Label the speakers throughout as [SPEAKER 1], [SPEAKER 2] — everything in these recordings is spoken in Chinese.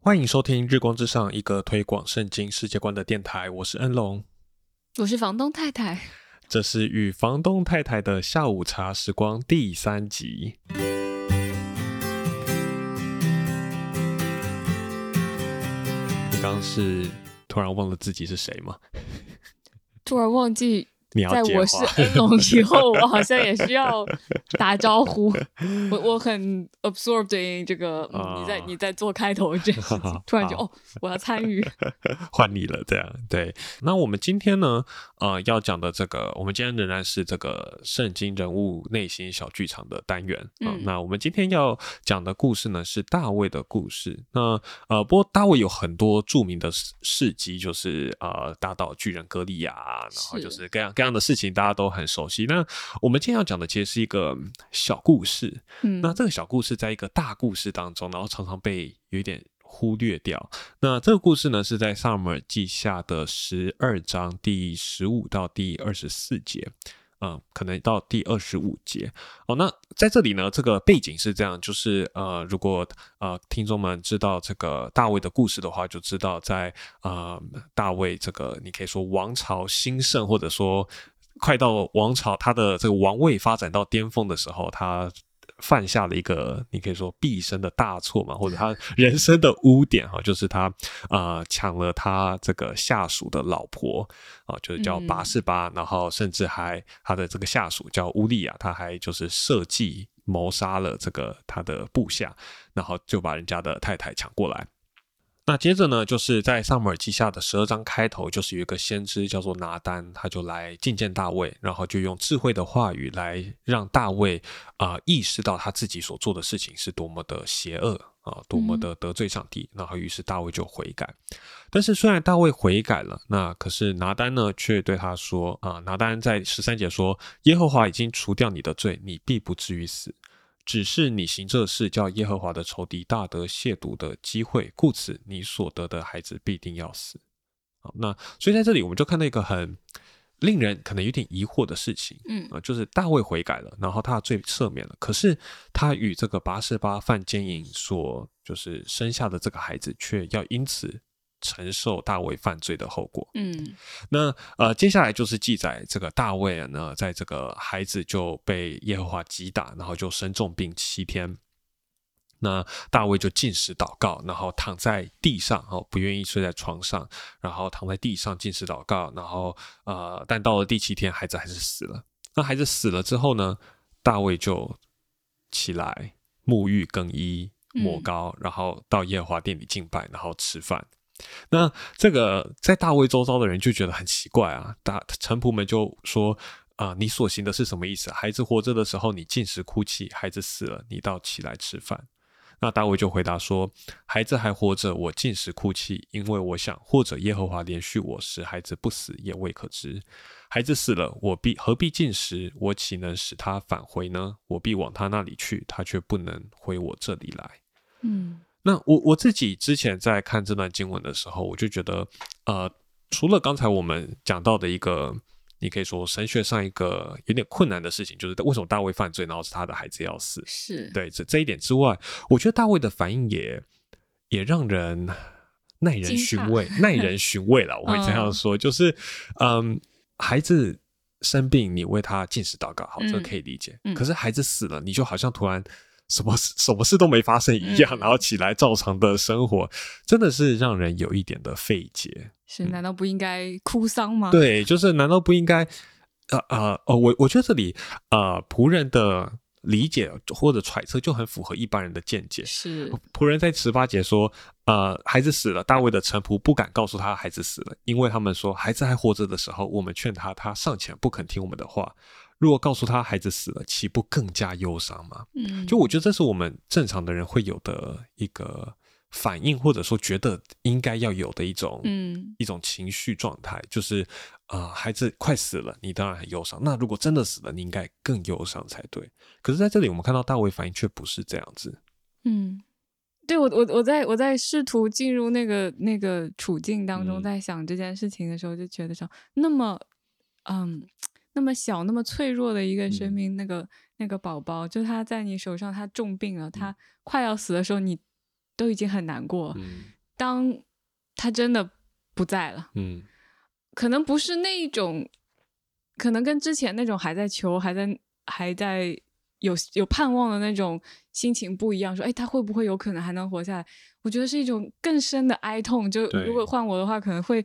[SPEAKER 1] 欢迎收听《日光之上》，一个推广圣经世界观的电台。我是恩龙，
[SPEAKER 2] 我是房东太太。
[SPEAKER 1] 这是与房东太太的下午茶时光第三集。你刚刚是突然忘了自己是谁吗？
[SPEAKER 2] 突然忘记，
[SPEAKER 1] 你要
[SPEAKER 2] 在
[SPEAKER 1] 接
[SPEAKER 2] 我是
[SPEAKER 1] 话
[SPEAKER 2] 恩龙以后，我好像也需 要打招呼。我我很 absorbed in 这个，嗯你在
[SPEAKER 1] 啊
[SPEAKER 2] 你在做开头这件 事情， 突然就
[SPEAKER 1] 好
[SPEAKER 2] 哦，我要参 与。
[SPEAKER 1] 换你了，这样对。那我们今天呢，呃，要讲的这个，我们今天仍然是这个圣经人物内心小剧场的单元啊、
[SPEAKER 2] 嗯
[SPEAKER 1] 那我们今天要讲的故事呢，是大卫的故事。那呃，不过大卫有很多著名的事事迹，就是呃，打倒巨人歌利亚啊，然后
[SPEAKER 2] 是
[SPEAKER 1] 就是各样各样的事情，大家都很熟悉。那我们今天要讲的其实是一个嗯小故事，
[SPEAKER 2] 嗯，
[SPEAKER 1] 那这个小故事在一个大故事当中，然后常常被有一点忽略掉。那这个故事呢，是在《萨姆尔记下》的十二章第十五到第二十四节。嗯，可能到第二十五节哦。那在这里呢，这个背景是这样，就是呃，如果呃听众们知道这个大卫的故事的话，就知道在呃大卫这个你可以说王朝兴盛，或者说快到王朝他的这个王位发展到巅峰的时候，他。犯下了一个你可以说毕生的大错嘛，或者他人生的污点哈，就是他啊抢了他这个下属的老婆啊，就是叫拔
[SPEAKER 2] 嗯
[SPEAKER 1] 是吧？然后甚至还他的这个下属叫乌利亚，他还就是设计谋杀了这个他的部下，然后就把人家的太太抢过来。那接着呢，就是在萨姆尔记下的十二章开头，就是有一个先知叫做拿丹，他就来觐见大卫，然后就用智慧的话语来让大卫啊、呃意识到他自己所做的事情是多么的邪恶啊、多么的得罪上帝，然后于是大卫就悔改。但是虽然大卫悔改了，那可是拿丹呢却对他说啊、拿丹在十三节说，耶和华已经除掉你的罪，你必不至于死。只是你行这事，叫耶和华的仇敌大得亵渎的机会，故此你所得的孩子必定要死。好，那所以在这里我们就看到一个很令人可能有点疑惑的事情，
[SPEAKER 2] 嗯
[SPEAKER 1] 啊、就是大卫悔改了，然后他的罪赦免了，可是他与这个拔示巴犯奸淫所就是生下的这个孩子，却要因此承受大卫犯罪的后果。
[SPEAKER 2] 嗯
[SPEAKER 1] 那呃，接下来就是记载这个大卫呢，在这个孩子就被耶和华击打，然后就生重病七天。那大卫就进食祷告，然后躺在地上哦，不愿意睡在床上，然后躺在地上进食祷告，然后呃，但到了第七天，孩子还是死了。那孩子死了之后呢，大卫就起来沐浴更衣、抹
[SPEAKER 2] 嗯
[SPEAKER 1] 膏，然后到耶和华殿里敬拜，然后吃饭。那这个在大卫周遭的人就觉得很奇怪啊，大臣仆们就说啊、你所行的是什么意思？孩子活着的时候你进食哭泣，孩子死了你倒起来吃饭。那大卫就回答说：“孩子还活着，我进食哭泣，因为我想，或者耶和华连续我，使孩子不死也未可知。孩子死了，我必何必进食？我岂能使他返回呢？我必往他那里去，他却不能回我这里来。”
[SPEAKER 2] 嗯
[SPEAKER 1] 那我我自己之前在看这段经文的时候，我就觉得，呃，除了刚才我们讲到的一个，你可以说神学上一个有点困难的事情，就是为什么大卫犯罪，然后是他的孩子要死，
[SPEAKER 2] 是，
[SPEAKER 1] 对这这一点之外，我觉得大卫的反应也也让人耐人
[SPEAKER 2] 惊
[SPEAKER 1] 寻
[SPEAKER 2] 诧
[SPEAKER 1] 味，耐 人寻味了。我会这样说，就是嗯，孩子生病，你为他进食祷告，好，这个
[SPEAKER 2] 嗯
[SPEAKER 1] 可以理解。
[SPEAKER 2] 嗯
[SPEAKER 1] 可是孩子死了，你就好像突然。什么事什么事都没发生一样，
[SPEAKER 2] 嗯
[SPEAKER 1] 然后起来照常的生活，真的是让人有一点的费解。
[SPEAKER 2] 是，难道不应该哭丧吗？，
[SPEAKER 1] 嗯对，就是难道不应该？呃呃哦，我我觉得这里呃仆人的理解或者揣测就很符合一般人的见解。
[SPEAKER 2] 是，
[SPEAKER 1] 仆人在十八节说，呃，孩子死了，大卫的臣仆不敢告诉他孩子死了，因为他们说孩子还活着的时候，我们劝他，他尚且不肯听我们的话。如果告诉他孩子死了，岂不更加忧伤吗？
[SPEAKER 2] 嗯，
[SPEAKER 1] 就我觉得这是我们正常的人会有的一个反应，或者说觉得应该要有的一种
[SPEAKER 2] 嗯
[SPEAKER 1] 一种情绪状态，就是啊、呃孩子快死了，你当然很忧伤。那如果真的死了，你应该更忧伤才对。可是在这里，我们看到大卫反应却不是这样子。
[SPEAKER 2] 嗯。对我，我我在我在试图进入那个那个处境当中，
[SPEAKER 1] 嗯
[SPEAKER 2] 在想这件事情的时候，就觉得说，那么，嗯，那么小、那么脆弱的一个生
[SPEAKER 1] 嗯
[SPEAKER 2] 命，那个那个宝宝，就
[SPEAKER 1] 嗯
[SPEAKER 2] 他在你手上，他重病了，他快要死的时候，你都已经很难过，
[SPEAKER 1] 嗯
[SPEAKER 2] 当他真的不在了，
[SPEAKER 1] 嗯
[SPEAKER 2] 可能不是那一种，可能跟之前那种还在求、还在还在有有盼望的那种心情不一样。说，哎，他会不会有可能还能活下来？我觉得是一种更深的哀痛。就
[SPEAKER 1] 对
[SPEAKER 2] 如果换我的话，可能会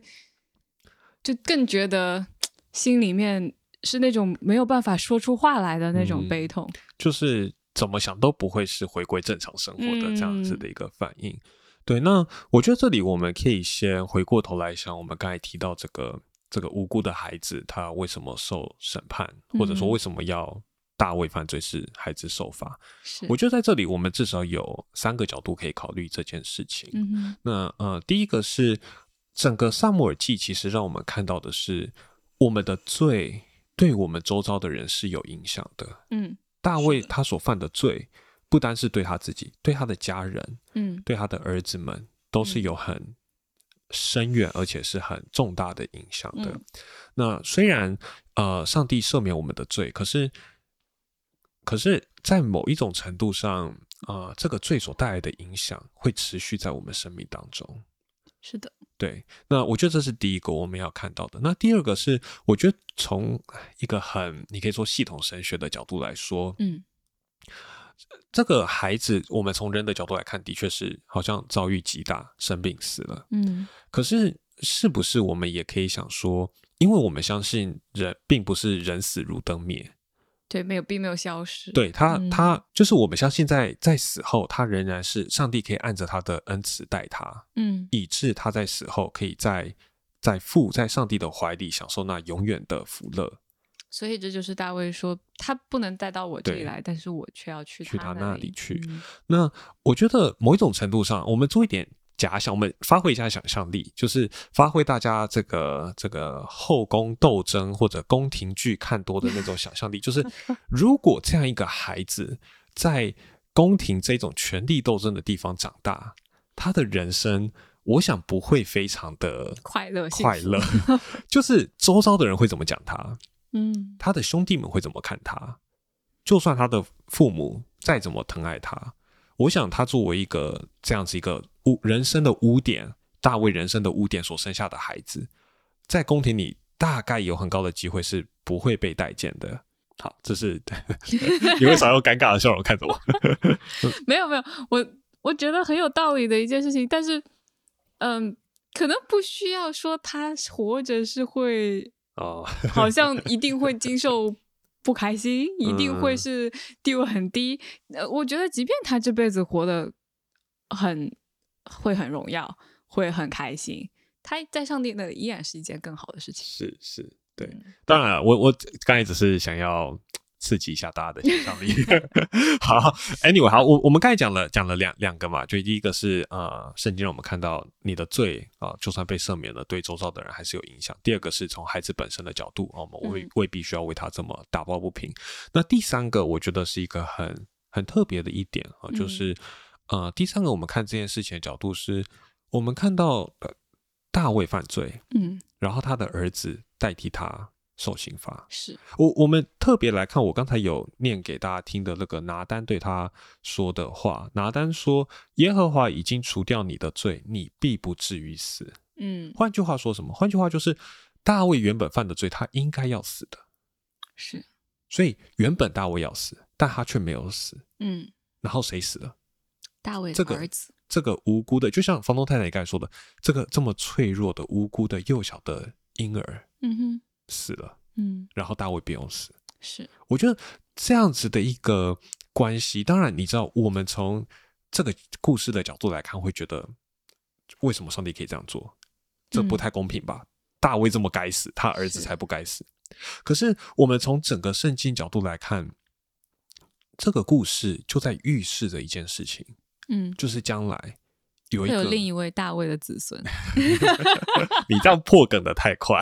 [SPEAKER 2] 就更觉得心里面是那种没有办法说出话来的那种
[SPEAKER 1] 嗯
[SPEAKER 2] 悲痛。
[SPEAKER 1] 就是怎么想都不会是回归正常生活的
[SPEAKER 2] 嗯
[SPEAKER 1] 这样子的一个反应。对，那我觉得这里我们可以先回过头来想，我们刚才提到这个这个无辜的孩子，他为什么受审判，或者说
[SPEAKER 2] 嗯
[SPEAKER 1] 为什么要大为犯罪是孩子受罚？
[SPEAKER 2] 是，
[SPEAKER 1] 我觉得在这里我们至少有三个角度可以考虑这件事情。
[SPEAKER 2] 嗯哼，
[SPEAKER 1] 那呃，第一个是整个萨姆尔记，其实让我们看到的是我们的罪对我们周遭的人是有影响的。
[SPEAKER 2] 嗯
[SPEAKER 1] 大
[SPEAKER 2] 是
[SPEAKER 1] 卫
[SPEAKER 2] 的
[SPEAKER 1] 他所犯的罪，不单是对他自己，对他的家人，
[SPEAKER 2] 嗯
[SPEAKER 1] 对他的儿子们，都是
[SPEAKER 2] 嗯
[SPEAKER 1] 有很深远而且是很重大的影响的。
[SPEAKER 2] 嗯
[SPEAKER 1] 那虽然呃，上帝赦免我们的罪，可是，可是在某一种程度上，呃，这个罪所带来的影响会持续在我们生命当中。
[SPEAKER 2] 是的，
[SPEAKER 1] 对，那我觉得这是第一个我们要看到的。那第二个是，我觉得从一个很你可以说系统神学的角度来说，
[SPEAKER 2] 嗯
[SPEAKER 1] 这个孩子，我们从人的角度来看，的确是好像遭遇极大生病死了。
[SPEAKER 2] 嗯
[SPEAKER 1] 可是，是不是我们也可以想说，因为我们相信人并不是人死如灯灭，
[SPEAKER 2] 对，没有并没有消失。
[SPEAKER 1] 对他
[SPEAKER 2] 嗯，
[SPEAKER 1] 他就是我们相信在在死后，他仍然是上帝可以按着他的恩慈待他，
[SPEAKER 2] 嗯
[SPEAKER 1] 以致他在死后可以在在父在上帝的怀里享受那永远的福乐，
[SPEAKER 2] 所以这就是大卫说，他不能带到我这里
[SPEAKER 1] 对
[SPEAKER 2] 来，但是我却要去
[SPEAKER 1] 去他
[SPEAKER 2] 那
[SPEAKER 1] 那里去。
[SPEAKER 2] 嗯
[SPEAKER 1] 那我觉得某一种程度上，我们做一点假想，我们发挥一下想象力，就是发挥大家这个这个后宫斗争或者宫廷剧看多的那种想象力，就是如果这样一个孩子在宫廷这种权力斗争的地方长大，他的人生。我想不会非常的
[SPEAKER 2] 快乐幸福
[SPEAKER 1] 快乐， 就是周遭的人会怎么讲他，
[SPEAKER 2] 嗯
[SPEAKER 1] 他的兄弟们会怎么看他？就算他的父母再怎么疼爱他，我想他作为一个这样子一个污人生的污点，大卫人生的污点所生下的孩子，在宫廷里大概有很高的机会是不会被待见的。好，这是 你为啥用尴尬的笑容看着我？
[SPEAKER 2] 没有没有，我我觉得很有道理的一件事情，但是嗯，可能不需要说他活着是会，
[SPEAKER 1] 哦，
[SPEAKER 2] 好像一定会经受。不开心，一定会
[SPEAKER 1] 嗯
[SPEAKER 2] 是地位很低。呃，我觉得即便他这辈子活得很会很荣耀，会很开心，他在上帝那里依然是一件更好的事情。
[SPEAKER 1] 是是，对
[SPEAKER 2] 嗯
[SPEAKER 1] 当然了，我我刚才只是想要刺激一下大家的想象力。 好，Anyway，好，我我们刚才讲了讲了两两个嘛，就第一个是呃，圣经让我们看到你的罪啊、就算被赦免了，对周遭的人还是有影响。第二个是从孩子本身的角度，啊，我们未
[SPEAKER 2] 嗯
[SPEAKER 1] 未必需要为他这么打抱不平。那第三个，我觉得是一个很很特别的一点啊、就
[SPEAKER 2] 嗯
[SPEAKER 1] 是呃，第三个我们看这件事情的角度是，我们看到呃大卫犯罪，
[SPEAKER 2] 嗯，
[SPEAKER 1] 然后他的儿子代替他受刑罚。
[SPEAKER 2] 是，
[SPEAKER 1] 我我们特别来看，我刚才有念给大家听的那个拿单对他说的话。拿单说：“耶和华已经除掉你的罪，你必不至于死。”
[SPEAKER 2] 嗯，
[SPEAKER 1] 换句话说什么？换句话就是，大卫原本犯的罪，他应该要死的。
[SPEAKER 2] 是，
[SPEAKER 1] 所以原本大卫要死，但他却没有死。
[SPEAKER 2] 嗯，
[SPEAKER 1] 然后谁死了？
[SPEAKER 2] 大卫
[SPEAKER 1] 这
[SPEAKER 2] 的
[SPEAKER 1] 个
[SPEAKER 2] 儿子，
[SPEAKER 1] 这个无辜的，就像房东太太刚才说的，这个这么脆弱的、无辜的、幼小的婴儿
[SPEAKER 2] 嗯哼，
[SPEAKER 1] 死了，
[SPEAKER 2] 嗯，
[SPEAKER 1] 然后大卫不用死。
[SPEAKER 2] 是，
[SPEAKER 1] 我觉得这样子的一个关系，当然你知道，我们从这个故事的角度来看，会觉得为什么上帝可以这样做？这不太公平吧？
[SPEAKER 2] 嗯
[SPEAKER 1] 大卫这么该死，他儿子
[SPEAKER 2] 是
[SPEAKER 1] 才不该死。可是我们从整个圣经角度来看，这个故事就在预示着一件事情，
[SPEAKER 2] 嗯，
[SPEAKER 1] 就是将来有
[SPEAKER 2] 会
[SPEAKER 1] 一个
[SPEAKER 2] 有另一位大卫的子孙，
[SPEAKER 1] 你这样破梗的太 快，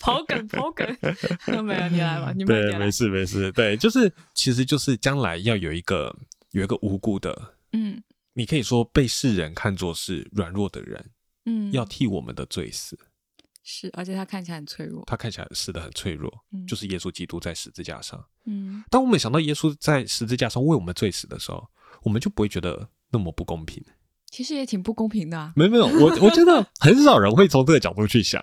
[SPEAKER 2] 刨梗，刨梗， 没有，你 来吧，你慢
[SPEAKER 1] 对，
[SPEAKER 2] 点来
[SPEAKER 1] 没，事没事，对，就是其实就是将来要有一个有一个无辜的
[SPEAKER 2] 嗯
[SPEAKER 1] 你可以说被世人看作是软弱的人，
[SPEAKER 2] 嗯，
[SPEAKER 1] 要替我们的罪死。
[SPEAKER 2] 是，而且他看起来很脆弱，
[SPEAKER 1] 他看起来死的很脆弱，
[SPEAKER 2] 嗯
[SPEAKER 1] 就是耶稣基督在十字架上。
[SPEAKER 2] 嗯，
[SPEAKER 1] 当我们想到耶稣在十字架上为我们罪死的时候，我们就不会觉得那么不公平。
[SPEAKER 2] 其实也挺不公平的、啊。
[SPEAKER 1] 没有没有，我我觉 得很少人会从这个角度去想，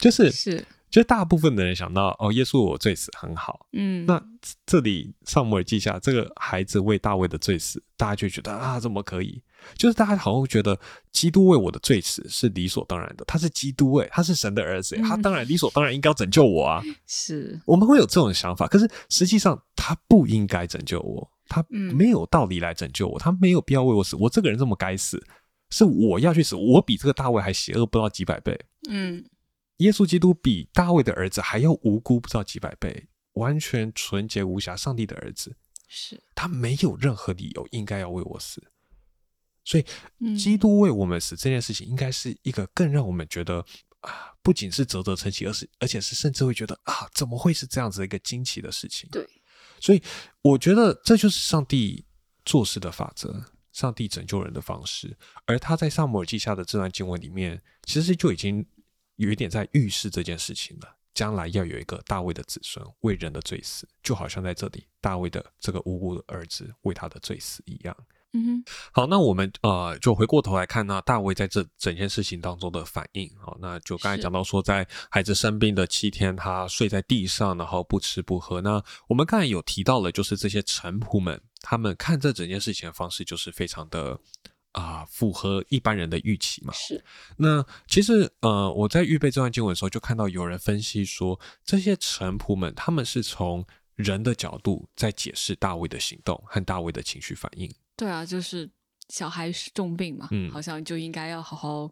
[SPEAKER 1] 就是
[SPEAKER 2] 是，
[SPEAKER 1] 就大部分的人想到哦，耶稣为我罪死很好。
[SPEAKER 2] 嗯，
[SPEAKER 1] 那这里萨姆尔记下这个孩子为大卫的罪死，大家就觉得啊，怎么可以？就是大家好像会觉得基督为我的罪死是理所当然的，他是基督哎，他是神的儿子哎，
[SPEAKER 2] 嗯
[SPEAKER 1] 他当然理所当然应该要拯救我啊。
[SPEAKER 2] 是
[SPEAKER 1] 我们会有这种想法，可是实际上他不应该拯救我，他
[SPEAKER 2] 嗯
[SPEAKER 1] 没有道理来拯救我，他没有必要为我死。我这个人这么该死，是我要去死，我比这个大卫还邪恶不知道几百倍。
[SPEAKER 2] 嗯
[SPEAKER 1] 耶稣基督比大卫的儿子还要无辜不知道几百倍，完全纯洁无瑕，上帝的儿子，
[SPEAKER 2] 是，
[SPEAKER 1] 他没有任何理由应该要为我死。所以
[SPEAKER 2] 嗯
[SPEAKER 1] 基督为我们死这件事情，应该是一个更让我们觉得啊，不仅是啧啧称奇，而是而且是甚至会觉得啊，怎么会是这样子的一个惊奇的事情？
[SPEAKER 2] 对，
[SPEAKER 1] 所以我觉得这就是上帝做事的法则，上帝拯救人的方式。而他在萨姆尔记下的这段经文里面，其实就已经有一点在预示这件事情了。将来要有一个大卫的子孙为人的罪死，就好像在这里大卫的这个无辜的儿子为他的罪死一样。
[SPEAKER 2] 嗯哼，
[SPEAKER 1] 好，那我们呃，就回过头来看那大卫在这整件事情当中的反应。好，那就刚才
[SPEAKER 2] 是
[SPEAKER 1] 讲到说，在孩子生病的七天，他睡在地上，然后不吃不喝。那我们刚才有提到了，就是这些臣仆们，他们看这整件事情的方式，就是非常的啊、符合一般人的预期嘛。
[SPEAKER 2] 是，
[SPEAKER 1] 那其实呃，我在预备这段经文的时候，就看到有人分析说，这些臣仆们他们是从人的角度在解释大卫的行动和大卫的情绪反应。
[SPEAKER 2] 对啊，就是小孩是重病嘛，
[SPEAKER 1] 嗯
[SPEAKER 2] 好像就应该要好好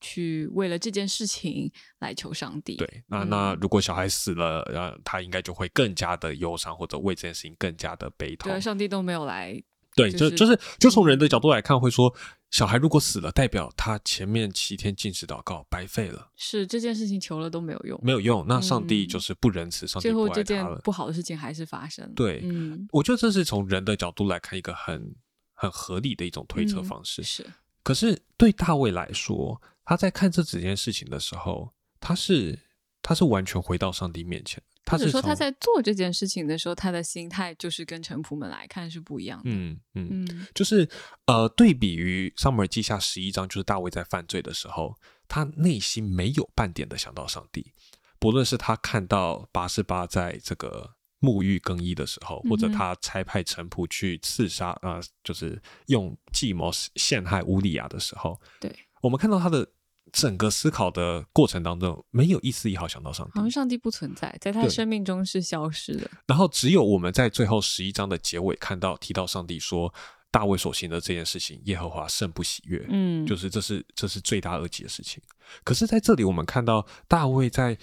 [SPEAKER 2] 去为了这件事情来求上帝。，
[SPEAKER 1] 对，那
[SPEAKER 2] 嗯
[SPEAKER 1] 那如果小孩死了，然后他应该就会更加的忧伤，或者为这件事情更加的悲
[SPEAKER 2] 对啊，
[SPEAKER 1] 痛。
[SPEAKER 2] 上帝都没有来，
[SPEAKER 1] 对，就
[SPEAKER 2] 就
[SPEAKER 1] 是就是就从人的角度来看，会说小孩如果死了，代表他前面七天禁食祷告白费了，
[SPEAKER 2] 是这件事情求了都没有用，
[SPEAKER 1] 没有用。那上帝
[SPEAKER 2] 嗯
[SPEAKER 1] 就是不仁慈，上帝
[SPEAKER 2] 最
[SPEAKER 1] 不
[SPEAKER 2] 后
[SPEAKER 1] 爱
[SPEAKER 2] 这件
[SPEAKER 1] 他了。
[SPEAKER 2] 不好的事情还是发生了。
[SPEAKER 1] 对
[SPEAKER 2] 嗯，
[SPEAKER 1] 我觉得这是从人的角度来看一个很很合理的一种推测
[SPEAKER 2] 嗯
[SPEAKER 1] 方式。
[SPEAKER 2] 是，
[SPEAKER 1] 可是对大卫来说，他在看这几件事情的时候，他是他是完全回到上帝面前。他
[SPEAKER 2] 或者
[SPEAKER 1] 是
[SPEAKER 2] 说他
[SPEAKER 1] 从
[SPEAKER 2] 在做这件事情的时候，他的心态就是跟臣仆们来看是不一样的。
[SPEAKER 1] 嗯嗯
[SPEAKER 2] 嗯
[SPEAKER 1] 就是呃，对比于《萨姆尔记下》十一章，就是大卫在犯罪的时候，他内心没有半点的想到上帝。不论是他看到拔示巴在这个沐浴更衣的时候，或者
[SPEAKER 2] 嗯哼
[SPEAKER 1] 他差派臣仆去刺杀啊、呃就是用计谋陷害乌利亚的时候，
[SPEAKER 2] 对
[SPEAKER 1] 我们看到他的整个思考的过程当中，没有一丝一毫想到上
[SPEAKER 2] 好像
[SPEAKER 1] 帝。
[SPEAKER 2] 上帝不存在，在他的
[SPEAKER 1] 对
[SPEAKER 2] 生命中是消失的。
[SPEAKER 1] 然后只有我们在最后十一章的结尾看到提到上帝说。大卫所行的这件事情，耶和华甚不喜悦。
[SPEAKER 2] 嗯，
[SPEAKER 1] 就是这是这是罪大恶极的事情。可是在这里，我们看到大卫在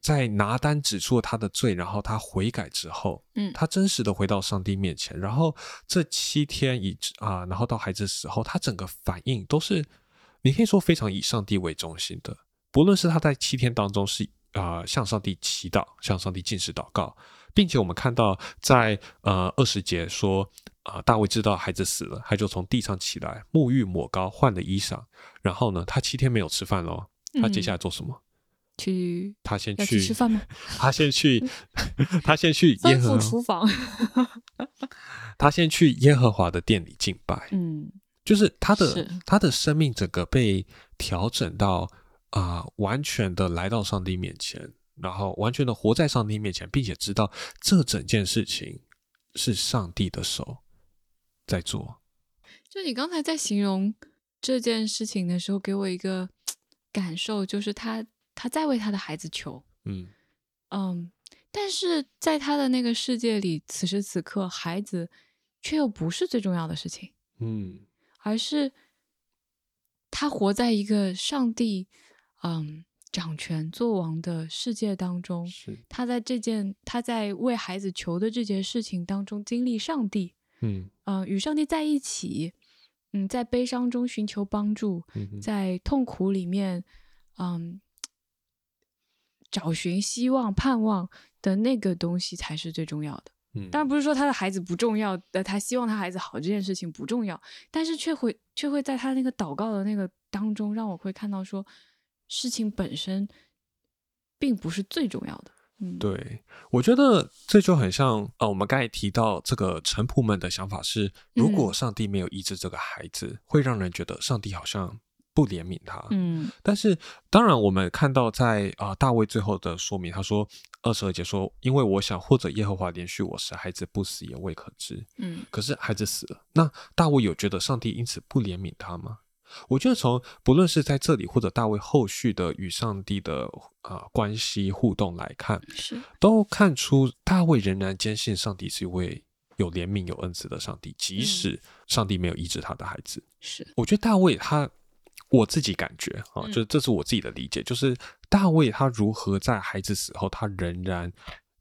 [SPEAKER 1] 在拿单指出了他的罪，然后他悔改之后，
[SPEAKER 2] 嗯
[SPEAKER 1] 他真实的回到上帝面前，然后这七天以至啊、然后到孩子死后，他整个反应都是你可以说非常以上帝为中心的，不论是他在七天当中是啊、向上帝祈祷，向上帝进食祷告，并且我们看到在呃二十节说啊、大卫知道孩子死了，他就从地上起来，沐浴抹膏，换了衣裳，然后呢，他七天没有吃饭喽，他接下来做什么？
[SPEAKER 2] 去
[SPEAKER 1] 他先
[SPEAKER 2] 嗯要去吃饭吗？
[SPEAKER 1] 他先去， 他先去耶
[SPEAKER 2] 吩
[SPEAKER 1] 和
[SPEAKER 2] 咐厨房。
[SPEAKER 1] 他先去耶和华的殿里敬拜，
[SPEAKER 2] 嗯，
[SPEAKER 1] 就是他的
[SPEAKER 2] 是
[SPEAKER 1] 他的生命整个被调整到啊、完全的来到上帝面前，然后完全的活在上帝面前，并且知道这整件事情是上帝的手在做。
[SPEAKER 2] 就你刚才在形容这件事情的时候，给我一个感受，就是他他在为他的孩子求，
[SPEAKER 1] 嗯
[SPEAKER 2] 嗯，但是在他的那个世界里，此时此刻，孩子却又不是最重要的事情，
[SPEAKER 1] 嗯
[SPEAKER 2] 而是他活在一个上帝嗯掌权作王的世界当中，
[SPEAKER 1] 是
[SPEAKER 2] 他在这件他在为孩子求的这件事情当中经历上帝，
[SPEAKER 1] 嗯
[SPEAKER 2] 嗯、与上帝在一起，嗯，在悲伤中寻求帮助，
[SPEAKER 1] 嗯哼
[SPEAKER 2] 在痛苦里面，嗯，找寻希望、盼望的那个东西才是最重要的。
[SPEAKER 1] 嗯
[SPEAKER 2] 当然不是说他的孩子不重要，呃，他希望他孩子好这件事情不重要，但是却会却会在他那个祷告的那个当中，让我会看到说，事情本身并不是最重要的。嗯，，
[SPEAKER 1] 对，啊我觉得这就很像呃，我们刚才提到这个臣仆们的想法是，如果上帝没有医治这个孩子，会让人觉得上帝好像不怜悯他。
[SPEAKER 2] 嗯
[SPEAKER 1] 但是当然，我们看到在啊、呃大卫最后的说明，他说二十二节说，因为我想或者耶和华连续我使孩子不死也未可知。
[SPEAKER 2] 嗯
[SPEAKER 1] 可是孩子死了，那大卫有觉得上帝因此不怜悯他吗？我觉得从不论是在这里或者大卫后续的与上帝的啊、呃关系互动来看，
[SPEAKER 2] 是，
[SPEAKER 1] 都看出大卫仍然坚信上帝是一位有怜悯、有恩慈的上帝，即使上帝没有医治他的孩子。
[SPEAKER 2] 是，
[SPEAKER 1] 我觉得大卫他，我自己感觉啊，
[SPEAKER 2] 嗯
[SPEAKER 1] 就是这是我自己的理解，就是大卫他如何在孩子死后，他仍然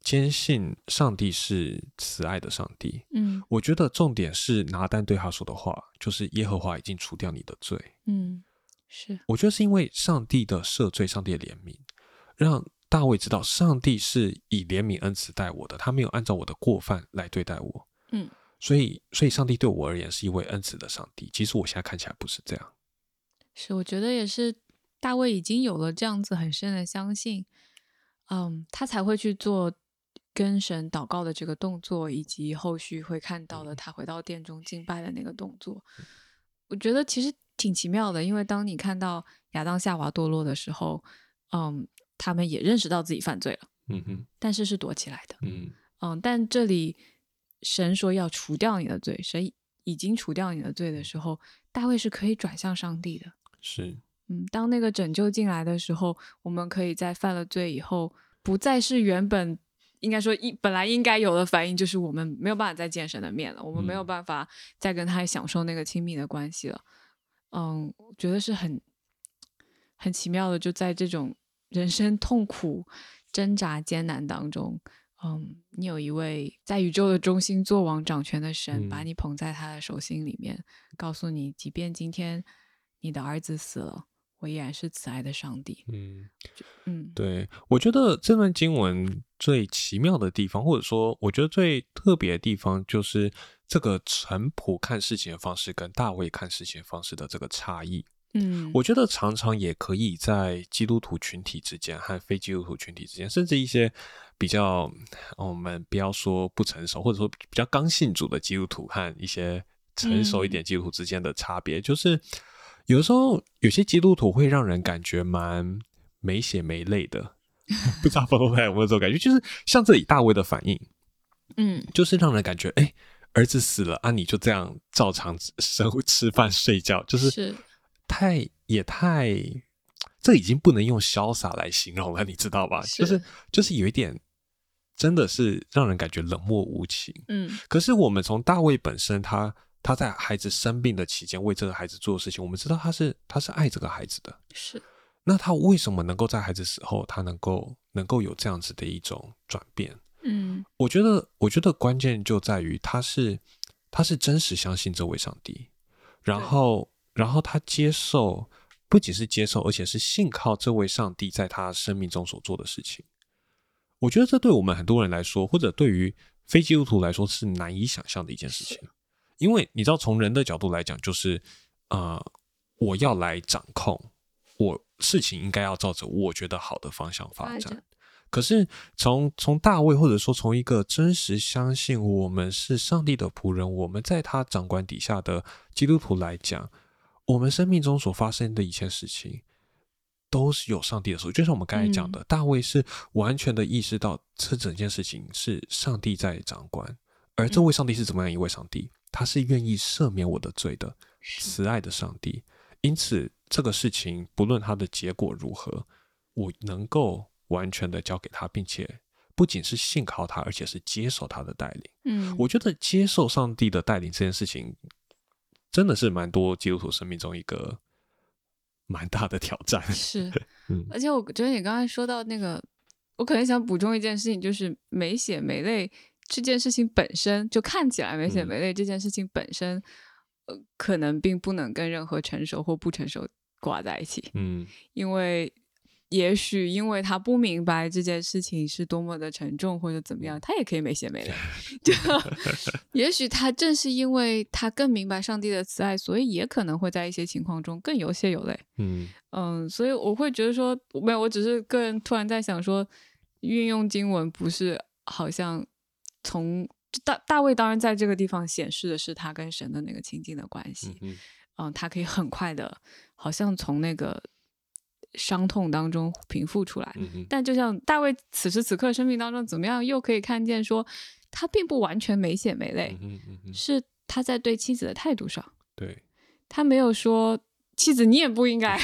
[SPEAKER 1] 坚信上帝是慈爱的上帝。
[SPEAKER 2] 嗯
[SPEAKER 1] 我觉得重点是拿单对他说的话，就是耶和华已经除掉你的罪。
[SPEAKER 2] 嗯是，
[SPEAKER 1] 我觉得是因为上帝的赦罪、上帝的怜悯，让大卫知道上帝是以怜悯恩慈待我的，他没有按照我的过犯来对待我。
[SPEAKER 2] 嗯，
[SPEAKER 1] 所以，所以上帝对我而言是一位恩慈的上帝。其实我现在看起来不是这样。
[SPEAKER 2] 是，我觉得也是，大卫已经有了这样子很深的相信，嗯，他才会去做跟神祷告的这个动作，以及后续会看到的他回到殿中敬拜的那个动作。我觉得其实挺奇妙的，因为当你看到亚当夏娃堕落的时候，嗯，他们也认识到自己犯罪了，
[SPEAKER 1] 嗯哼，
[SPEAKER 2] 但是是躲起来的。
[SPEAKER 1] 嗯
[SPEAKER 2] 嗯，但这里神说要除掉你的罪，神已经除掉你的罪的时候，大卫是可以转向上帝的。
[SPEAKER 1] 是，
[SPEAKER 2] 嗯，当那个拯救进来的时候，我们可以在犯了罪以后，不再是原本应该说一本来应该有的反应，就是我们没有办法再见神的面了，我们没有
[SPEAKER 1] 嗯
[SPEAKER 2] 办法再跟他享受那个亲密的关系了。嗯，我觉得是很很奇妙的，就在这种人生痛苦、挣扎、艰难当中，嗯，你有一位在宇宙的中心做王掌权的神，把
[SPEAKER 1] 嗯
[SPEAKER 2] 你捧在他的手心里面，告诉你，即便今天你的儿子死了，我依然是慈爱的上帝。
[SPEAKER 1] 嗯，
[SPEAKER 2] 嗯，
[SPEAKER 1] 对。我觉得这段经文最奇妙的地方，或者说我觉得最特别的地方，就是这个臣仆看事情的方式跟大卫看事情的方式的这个差异。
[SPEAKER 2] 嗯，
[SPEAKER 1] 我觉得常常也可以在基督徒群体之间和非基督徒群体之间，甚至一些比较嗯我们不要说不成熟，或者说比较刚性主的基督徒和一些成熟一点基督徒之间的差别，就是有时候有些基督徒会让人感觉蛮没血没泪的，不知道朋友们有没有这种感觉？就是像这里大卫的反应，
[SPEAKER 2] 嗯，
[SPEAKER 1] 就是让人感觉哎。诶儿子死了啊！你就这样照常生吃饭睡觉，就是
[SPEAKER 2] 是
[SPEAKER 1] 太也太，这已经不能用潇洒来形容了，你知道吧？
[SPEAKER 2] 是
[SPEAKER 1] 就是就是有一点，真的是让人感觉冷漠无情。
[SPEAKER 2] 嗯
[SPEAKER 1] 可是我们从大卫本身他，他在孩子生病的期间为这个孩子做的事情，我们知道他是他是爱这个孩子的。
[SPEAKER 2] 是
[SPEAKER 1] 那他为什么能够在孩子死后，他能够能够有这样子的一种转变？
[SPEAKER 2] 嗯
[SPEAKER 1] 我觉得，我觉得关键就在于他是他是真实相信这位上帝，然
[SPEAKER 2] 对
[SPEAKER 1] 后然后他接受，不仅是接受，而且是信靠这位上帝在他生命中所做的事情。我觉得这对我们很多人来说，或者对于非基督徒来说，是难以想象的一件事情，因为你知道，从人的角度来讲，就是啊、呃我要来掌控，我事情应该要照着我觉得好的方向发
[SPEAKER 2] 发
[SPEAKER 1] 展
[SPEAKER 2] 展。
[SPEAKER 1] 可是从从大卫，或者说从一个真实相信我们是上帝的仆人，我们在他掌管底下的基督徒来讲，我们生命中所发生的一切事情，都是有上帝的手。就像我们刚才讲的，大卫是完全的意识到这整件事情是上帝在掌管，而这位上帝是怎么样一位上帝？他是愿意赦免我的罪的，
[SPEAKER 2] 是
[SPEAKER 1] 慈爱的上帝。因此，这个事情不论它的结果如何，我能够完全的交给他，并且不仅是信靠他，而且是接受他的带领。
[SPEAKER 2] 嗯，
[SPEAKER 1] 我觉得接受上帝的带领这件事情，真的是蛮多基督徒生命中一个蛮大的挑战。
[SPEAKER 2] 是
[SPEAKER 1] 嗯，
[SPEAKER 2] 而且我觉得你刚才说到那个，我可能想补充一件事情，就是没血没泪这件事情本身，就看起来没血
[SPEAKER 1] 嗯
[SPEAKER 2] 没泪这件事情本身，呃，可能并不能跟任何成熟或不成熟挂在一起，
[SPEAKER 1] 嗯
[SPEAKER 2] 因为也许因为他不明白这件事情是多么的沉重或者怎
[SPEAKER 1] 嗯
[SPEAKER 2] 么样，他也可以没血没 泪。就也许他正是因为他更明白上帝的慈爱，所以也可能会在一些情况中更有血有泪。
[SPEAKER 1] 嗯
[SPEAKER 2] 嗯，所以我会觉得说，没有，我只是个人突然在想说，运用经文不是好像从大大卫当然在这个地方显示的是他跟神的那个亲近的关系，
[SPEAKER 1] 嗯
[SPEAKER 2] 嗯，他可以很快的，好像从那个伤痛当中平复出来。
[SPEAKER 1] 嗯嗯
[SPEAKER 2] 但就像大卫此时此刻生命当中怎么样，又可以看见说，他并不完全没血没泪，
[SPEAKER 1] 嗯嗯嗯，
[SPEAKER 2] 是他在对妻子的态度上，
[SPEAKER 1] 对，
[SPEAKER 2] 他没有说妻子你也不 应该，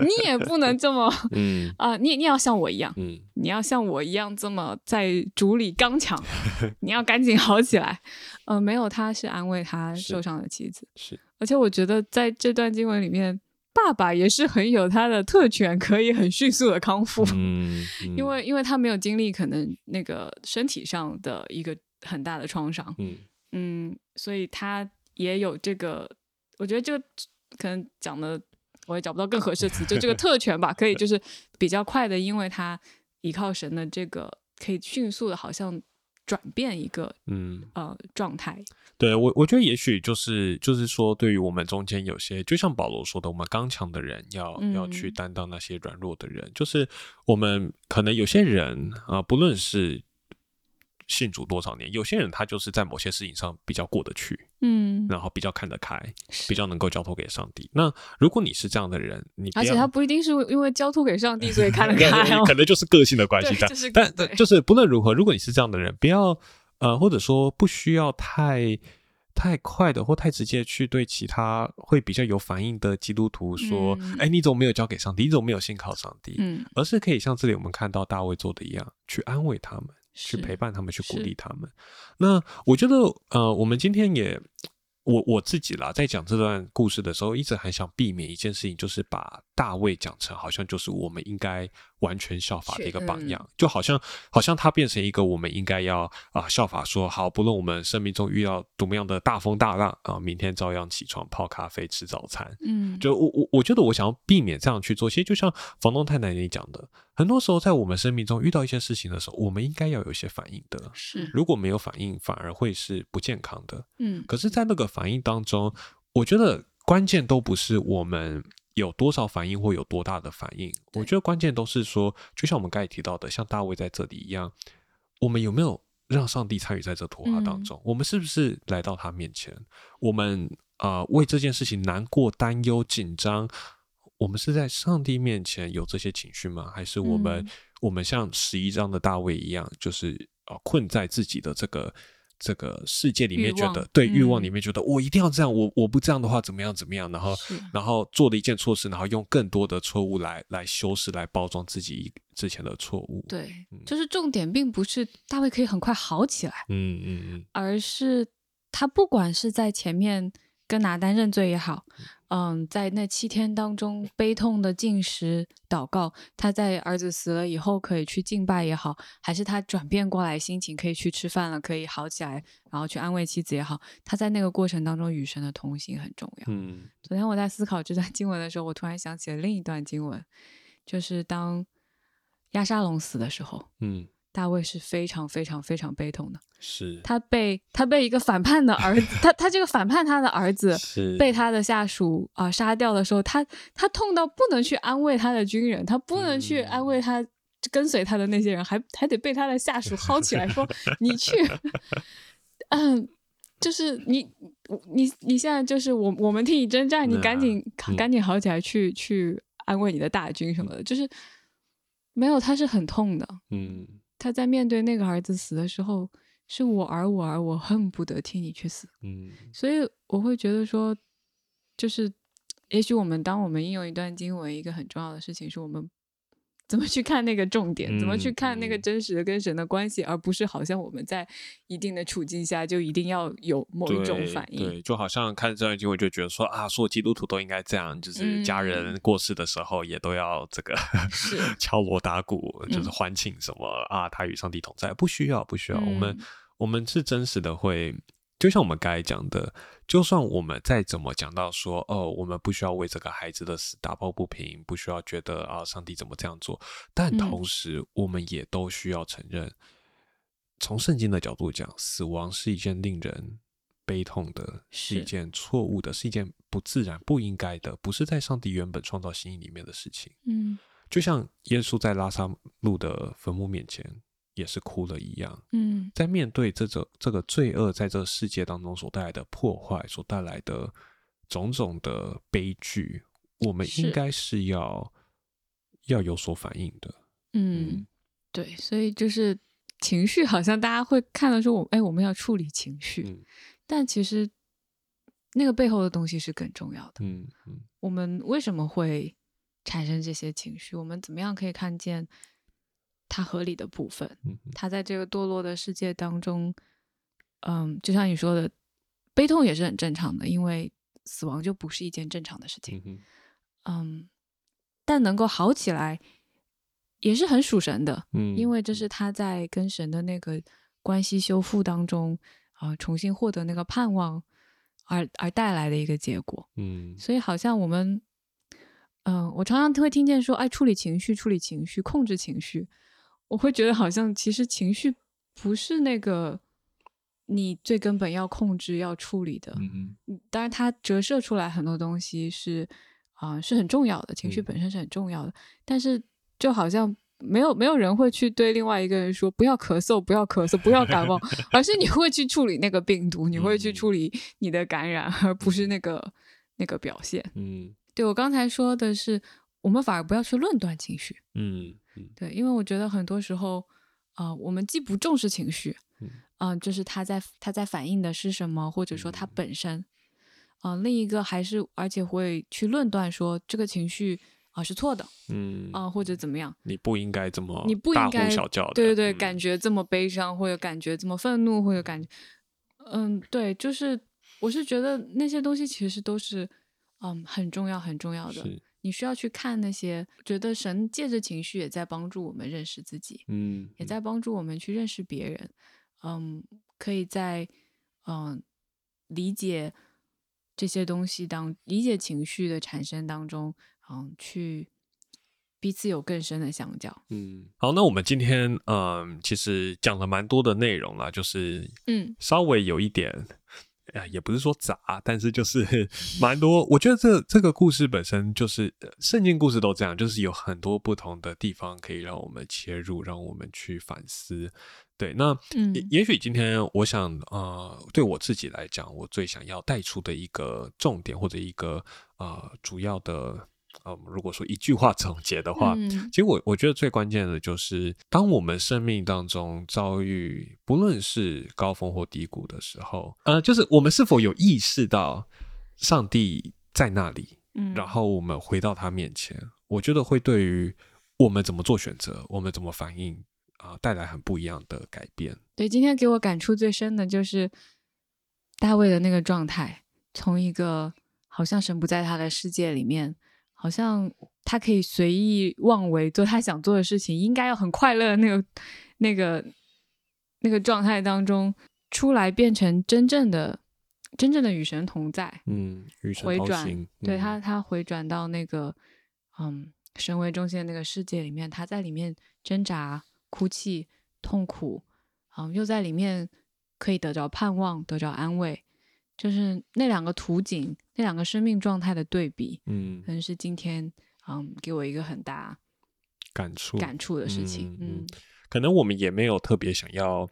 [SPEAKER 2] 你也不能这么
[SPEAKER 1] 嗯
[SPEAKER 2] 啊、你你也要像我一样，
[SPEAKER 1] 嗯
[SPEAKER 2] 你要像我一样这么在主里 刚强，你要赶紧好起来。呃，没有，他是安慰他
[SPEAKER 1] 是
[SPEAKER 2] 受伤的妻子，
[SPEAKER 1] 是，
[SPEAKER 2] 而且我觉得在这段经文里面，爸爸也是很有他的特权，可以很迅速的康复。
[SPEAKER 1] 嗯，
[SPEAKER 2] 因为因为他没有经历可能那个身体上的一个很大的创伤，
[SPEAKER 1] 嗯
[SPEAKER 2] 嗯，所以他也有这个，我觉得这个可能讲的我也找不到更合适的词，就这个特权吧，可以就是比较快的，因为他依靠神的这个，可以迅速的好像转变一个
[SPEAKER 1] 嗯。
[SPEAKER 2] 呃状态，
[SPEAKER 1] 对我，我觉得也许就是就是说，对于我们中间有些，就像保罗说的，我们刚强的人要、要去
[SPEAKER 2] 嗯
[SPEAKER 1] 担当那些软弱的人，就是我们可能有些人啊、不论是信主多少年，有些人他就是在某些事情上比较过得去，
[SPEAKER 2] 嗯，
[SPEAKER 1] 然后比较看得开，
[SPEAKER 2] 是
[SPEAKER 1] 比较能够交托给上帝。那如果你是这样的人，你不
[SPEAKER 2] 而且
[SPEAKER 1] 要
[SPEAKER 2] 他不一定是因为交托给上帝所以 看得开
[SPEAKER 1] 那
[SPEAKER 2] 哦
[SPEAKER 1] 可，能就是个性的关系，
[SPEAKER 2] 对
[SPEAKER 1] 但
[SPEAKER 2] 就是
[SPEAKER 1] 但
[SPEAKER 2] 对
[SPEAKER 1] 就是不论如何，如果你是这样的人，不要呃，或者说不需要太太快的或太直接去对其他会比较有反应的基督徒说
[SPEAKER 2] 嗯，
[SPEAKER 1] 哎、你怎么没有交给上帝？你怎么没有信靠上帝？
[SPEAKER 2] 嗯，
[SPEAKER 1] 而是可以像这里我们看到大卫做的一样，去安慰他们，去
[SPEAKER 2] 是
[SPEAKER 1] 陪伴他们，去鼓
[SPEAKER 2] 是
[SPEAKER 1] 励他们。那我觉得，呃，我们今天也，我我自己啦，在讲这段故事的时候，一直很想避免一件事情，就是把大卫讲成好像就是我们应该完全效法的一个榜
[SPEAKER 2] 嗯
[SPEAKER 1] 样，就好像好像他变成一个我们应该要啊、效法说好，不论我们生命中遇到怎么样的大风大浪啊、明天照样起床泡咖啡吃早餐，
[SPEAKER 2] 嗯，
[SPEAKER 1] 就我我我觉得我想要避免这样去做。其实就像房东太奶你讲的，很多时候在我们生命中遇到一些事情的时候，我们应该要有一些反应的。
[SPEAKER 2] 是，
[SPEAKER 1] 如果没有反应，反而会是不健康的。
[SPEAKER 2] 嗯，
[SPEAKER 1] 可是，在那个反应当中，我觉得关键都不是我们有多少反应或有多大的反应，我觉得关键都是说，就像我们刚才提到的，像大卫在这里一样，我们有没有让上帝参与在这图画当
[SPEAKER 2] 嗯
[SPEAKER 1] 中？我们是不是来到他面前？我们啊、呃为这件事情难过、担忧、紧张。我们是在上帝面前有这些情绪吗？还是我们、
[SPEAKER 2] 嗯
[SPEAKER 1] 我们像十一章的大卫一样，就是啊、呃困在自己的这个这个世界里面，
[SPEAKER 2] 欲
[SPEAKER 1] 觉
[SPEAKER 2] 望
[SPEAKER 1] 得对欲望
[SPEAKER 2] 嗯
[SPEAKER 1] 里面觉得我一定要这样，我我不这样的话怎么样怎么样，然后
[SPEAKER 2] 是
[SPEAKER 1] 然后做了一件错事，然后用更多的错误来来修饰来包装自己之前的错误。，
[SPEAKER 2] 对
[SPEAKER 1] 嗯，
[SPEAKER 2] 就是重点并不是大卫可以很快好起来。
[SPEAKER 1] 嗯嗯嗯，
[SPEAKER 2] 而是他不管是在前面跟拿单认罪也好，嗯，在那七天当中悲痛的进食祷告，他在儿子死了以后可以去敬拜也好，还是他转变过来心情可以去吃饭了，可以好起来，然后去安慰妻子也好，他在那个过程当中与神的同行很重要。
[SPEAKER 1] 嗯
[SPEAKER 2] 昨天我在思考这段经文的时候，我突然想起了另一段经文，就是当亚沙龙死的时候，
[SPEAKER 1] 嗯，
[SPEAKER 2] 大卫是非常非常非常悲痛的。
[SPEAKER 1] 是
[SPEAKER 2] 他被他被一个反叛的儿子， 他他这个反叛他的儿子
[SPEAKER 1] 是
[SPEAKER 2] 被他的下属啊、杀掉的时候，他他痛到不能去安慰他的军人，他不能去安
[SPEAKER 1] 嗯
[SPEAKER 2] 慰他跟随他的那些人，还还得被他的下属薅起来 说你去， 嗯，就是你你你现在就是我我们替你征战，你赶紧
[SPEAKER 1] 嗯
[SPEAKER 2] 赶紧好起来去去安慰你的大军什么的，就是没有他是很痛的，
[SPEAKER 1] 嗯
[SPEAKER 2] 他在面对那个儿子死的时候，是我儿我儿，我恨不得替你去死。
[SPEAKER 1] 嗯
[SPEAKER 2] 所以我会觉得说，就是也许我们当我们应用一段经文，一个很重要的事情是我们怎么去看那个重点，怎么去
[SPEAKER 1] 嗯
[SPEAKER 2] 看那个
[SPEAKER 1] 嗯
[SPEAKER 2] 真实的跟神的关系，而不是好像我们在一定的处境下就一定要有某一种
[SPEAKER 1] 对
[SPEAKER 2] 反应。
[SPEAKER 1] 对，就好像看这段经文就觉得说啊，所有基督徒都应该这样，就是家人过世的时候也都要这个
[SPEAKER 2] 嗯是
[SPEAKER 1] 敲锣打鼓，就是
[SPEAKER 2] 嗯
[SPEAKER 1] 欢庆什么、啊，他与上帝同在，不需要，不需要，我们
[SPEAKER 2] 嗯
[SPEAKER 1] 我们是真实的会。就像我们刚才讲的，就算我们再怎么讲到说，哦，我们不需要为这个孩子的死打抱不平，不需要觉得啊，上帝怎么这样做，但
[SPEAKER 2] 嗯
[SPEAKER 1] 同时，我们也都需要承认，从圣经的角度讲，死亡是一件令人悲痛的，是一
[SPEAKER 2] 是
[SPEAKER 1] 件错误的，是一件不自然、不应该的，不是在上帝原本创造心意里面的事情。
[SPEAKER 2] 嗯
[SPEAKER 1] 就像耶稣在拉萨路的坟墓面前也是哭了一样。
[SPEAKER 2] 嗯
[SPEAKER 1] 在面对这种这个罪恶在这个世界当中所带来的破坏，所带来的种种的悲剧，我们
[SPEAKER 2] 是
[SPEAKER 1] 应该是要要有所反应的。
[SPEAKER 2] 嗯，对，所以就是情绪，好像大家会看到说我，哎，我们要处理情绪，
[SPEAKER 1] 嗯
[SPEAKER 2] 但其实那个背后的东西是更重要的。
[SPEAKER 1] 嗯嗯
[SPEAKER 2] 我们为什么会产生这些情绪？我们怎么样可以看见它合理的部分？
[SPEAKER 1] 嗯嗯
[SPEAKER 2] 它在这个堕落的世界当中，嗯，就像你说的，悲痛也是很正常的，因为死亡就不是一件正常的事情
[SPEAKER 1] 嗯。哼
[SPEAKER 2] 嗯，但能够好起来也是很属神的，
[SPEAKER 1] 嗯，
[SPEAKER 2] 因为这是他在跟神的那个关系修复当中啊、呃重新获得那个盼望而而带来的一个结果。
[SPEAKER 1] 嗯
[SPEAKER 2] 所以好像我们，嗯、我常常会听见说，哎，处理情绪，处理情绪，控制情绪，我会觉得好像其实情绪不是那个你最根本要控制、要处理的。
[SPEAKER 1] 嗯嗯
[SPEAKER 2] 嗯当然，它折射出来很多东西是啊、是很重要的，情绪
[SPEAKER 1] 嗯
[SPEAKER 2] 本身是很重要的，但是就好像。没有没有人会去对另外一个人说不要咳嗽，不要咳嗽，不要感 冒，而是你会去处理那个病毒，你会去
[SPEAKER 1] 嗯
[SPEAKER 2] 处理你的感染，而不是那个那个表现。
[SPEAKER 1] 嗯
[SPEAKER 2] 对我刚才说的是，我们反而不要去论断情绪，
[SPEAKER 1] 嗯嗯
[SPEAKER 2] 对，因为我觉得很多时候，啊，我们既不重视情绪，
[SPEAKER 1] 嗯
[SPEAKER 2] 嗯、就是它在它在反映的是什么，或者说它
[SPEAKER 1] 嗯
[SPEAKER 2] 本身，啊、另一个还是而且会去论断说这个情绪啊、是错的
[SPEAKER 1] 嗯
[SPEAKER 2] 啊、或者怎么样，
[SPEAKER 1] 你不应该这么
[SPEAKER 2] 你不
[SPEAKER 1] 大
[SPEAKER 2] 应
[SPEAKER 1] 呼
[SPEAKER 2] 该
[SPEAKER 1] 小叫的，
[SPEAKER 2] 对对对，
[SPEAKER 1] 嗯
[SPEAKER 2] 感觉这么悲伤，或者感觉这么愤怒，或者感觉，嗯，对，就是我是觉得那些东西其实都是，嗯，很重要很重要的。
[SPEAKER 1] 是
[SPEAKER 2] 你需要去看那些，觉得神借着情绪也在帮助我们认识自己，
[SPEAKER 1] 嗯
[SPEAKER 2] 也在帮助我们去认识别人。嗯，可以在嗯理解这些东西当理解情绪的产生当中，嗯，去彼此有更深的相交。
[SPEAKER 1] 嗯，好，那我们今天嗯，其实讲了蛮多的内容啦，就是
[SPEAKER 2] 嗯
[SPEAKER 1] 稍微有一点，呃，也不是说杂，但是就是 蛮多。我觉得这这个故事本身就是呃圣经故事都这样，就是有很多不同的地方可以让我们切入，让我们去反思。对，那
[SPEAKER 2] 嗯
[SPEAKER 1] 也也许今天我想，呃，对我自己来讲，我最想要带出的一个重点或者一个呃主要的，呃，如果说一句话总结的话，
[SPEAKER 2] 嗯
[SPEAKER 1] 其实我我觉得最关键的就是，当我们生命当中遭遇不论是高峰或低谷的时候，呃，就是我们是否有意识到上帝在那里，
[SPEAKER 2] 嗯
[SPEAKER 1] 然后我们回到他面前，我觉得会对于我们怎么做选择，我们怎么反应啊、带来很不一样的改变。
[SPEAKER 2] 对，今天给我感触最深的就是大卫的那个状态，从一个好像神不在他的世界里面，好像他可以随意妄为，做他想做的事情，应该要很快乐的那个、那个、那个状态当中出来，变成真正的、真正的与神同在，
[SPEAKER 1] 嗯，与神
[SPEAKER 2] 回
[SPEAKER 1] 同
[SPEAKER 2] 转
[SPEAKER 1] 行，嗯
[SPEAKER 2] 对他，他回转到那个嗯神为中心的那个世界里面，他在里面挣扎、哭泣、痛苦，嗯，又在里面可以得着盼望、得着安慰，就是那两个图景、那两个生命状态的对比，
[SPEAKER 1] 嗯
[SPEAKER 2] 可，能是今天嗯给我一个很大
[SPEAKER 1] 感触，
[SPEAKER 2] 感触的事情。
[SPEAKER 1] 嗯
[SPEAKER 2] 嗯
[SPEAKER 1] 可能我们也没有特别想要，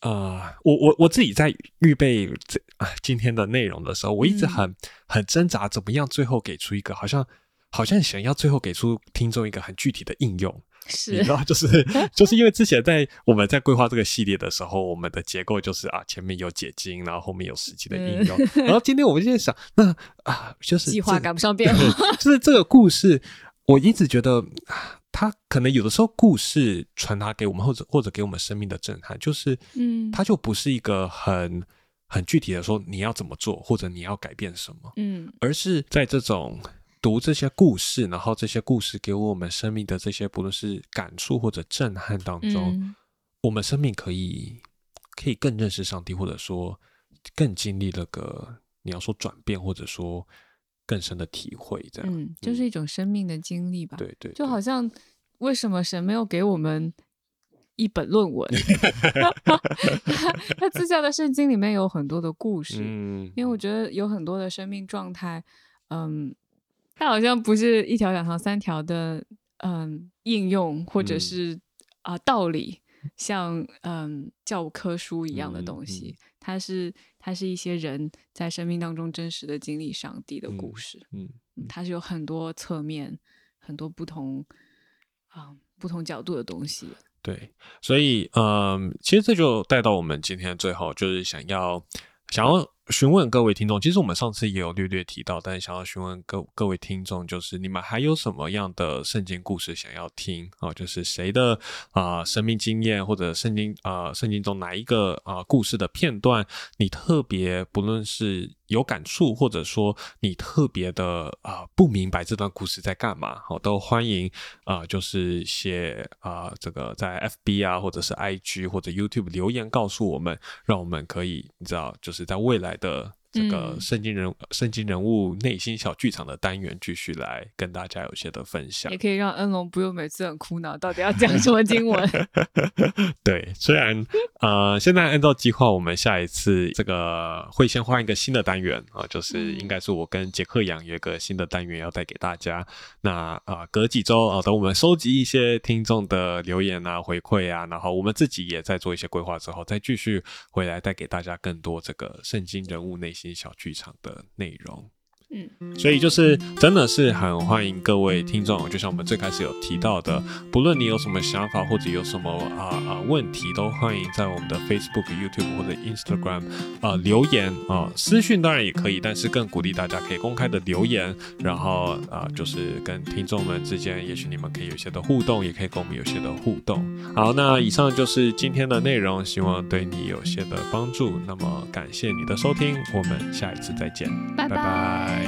[SPEAKER 1] 啊，我我我自己在预备这啊今天的内容的时候，我一直
[SPEAKER 2] 嗯
[SPEAKER 1] 很、很挣扎，怎么样最后给出一个好像好像想要最后给出听众一个很具体的应用，你
[SPEAKER 2] 是
[SPEAKER 1] 知，道，就是 就是因为之前在我们在规划这个系列的时候，我们的结构就是啊，前面有解经，然后后面有实际的应用，然后今天我们就在想，那啊，就是
[SPEAKER 2] 嗯计划
[SPEAKER 1] 这个
[SPEAKER 2] 赶不上 变化。
[SPEAKER 1] 就是这个故事，我一直觉得啊它可能有的时候故事传达给我们，或者或者给我们生命的震撼，就是
[SPEAKER 2] 嗯
[SPEAKER 1] 它就不是一个很很具体的说你要怎么做，或者你要改变什么，
[SPEAKER 2] 嗯
[SPEAKER 1] 而是在这种。读这些故事，然后这些故事给我们生命的这些，不论是感触或者震撼当中，
[SPEAKER 2] 嗯
[SPEAKER 1] 我们生命可以可以更认识上帝，或者说更经历那个你要说转变，或者说更深的体会，这样。
[SPEAKER 2] 嗯，就是一种生命的经历吧。
[SPEAKER 1] 对对，
[SPEAKER 2] 就
[SPEAKER 1] 对
[SPEAKER 2] 好像为什么神没有给我们一本 论文？他他自教的圣经里面有很多的故事，
[SPEAKER 1] 嗯，
[SPEAKER 2] 因为我觉得有很多的生命状态，嗯，它好像不是一条、两条、三条的嗯应用或者
[SPEAKER 1] 嗯
[SPEAKER 2] 是啊、道理，像嗯教科书一样的
[SPEAKER 1] 嗯
[SPEAKER 2] 东
[SPEAKER 1] 嗯
[SPEAKER 2] 西，它是它是一些人在生命当中真实的经历上帝的故
[SPEAKER 1] 嗯
[SPEAKER 2] 事，
[SPEAKER 1] 嗯
[SPEAKER 2] 嗯它是有很多侧面，很多不同啊、不同角度的东西。
[SPEAKER 1] 对，所以嗯，其实这就带到我们今天的最后，就是想要想要询问各位听众，其实我们上次也有略略提到，但是想要询问各各位听众，就是你们还有什么样的圣经故事想要听啊、就是谁的啊、生命经验或者圣经啊、圣经中哪一个啊、故事的片段，你特别不论是有感触，或者说你特别的啊、不明白这段故事在干嘛，好、都欢迎啊、就是写啊、这个在 FB 啊，或者是 IG 或者 YouTube 留言告诉我们，让我们可以你知道，就是在未来的这个
[SPEAKER 2] 嗯
[SPEAKER 1] 圣经人、圣经人物内心小剧场的单元继续来跟大家有一些的分享
[SPEAKER 2] 也。可以让恩龙不用每次很苦恼，到底要讲什么经 文？
[SPEAKER 1] 对，虽然呃，现在按照计划，我们下一次这个会先换一个新的单元啊、就是
[SPEAKER 2] 嗯
[SPEAKER 1] 应该是我跟杰克杨有一个新的单元要带给大家。那啊、呃隔几周啊、等我们收集一些听众的留言啊、回馈啊，然后我们自己也在做一些规划之后，再继续回来带给大家更多这个圣经人物内心小剧场的内容。
[SPEAKER 2] 嗯，
[SPEAKER 1] 所以就是真的是很欢迎各位听众，就像我们最开始有提到的，不论你有什么想法或者有什么啊啊、问题，都欢迎在我们的 Facebook、YouTube 或者 Instagram 啊、留言啊、私讯当然也可以，但是更鼓励大家可以公开的留言，然后啊、就是跟听众们之间，也许你们可以有一些的互动，也可以跟我们有一些的互动。好，那以上就是今天的内容，希望对你有些的帮助。那么感谢你的收听，我们下一次再见，
[SPEAKER 2] 拜
[SPEAKER 1] 拜拜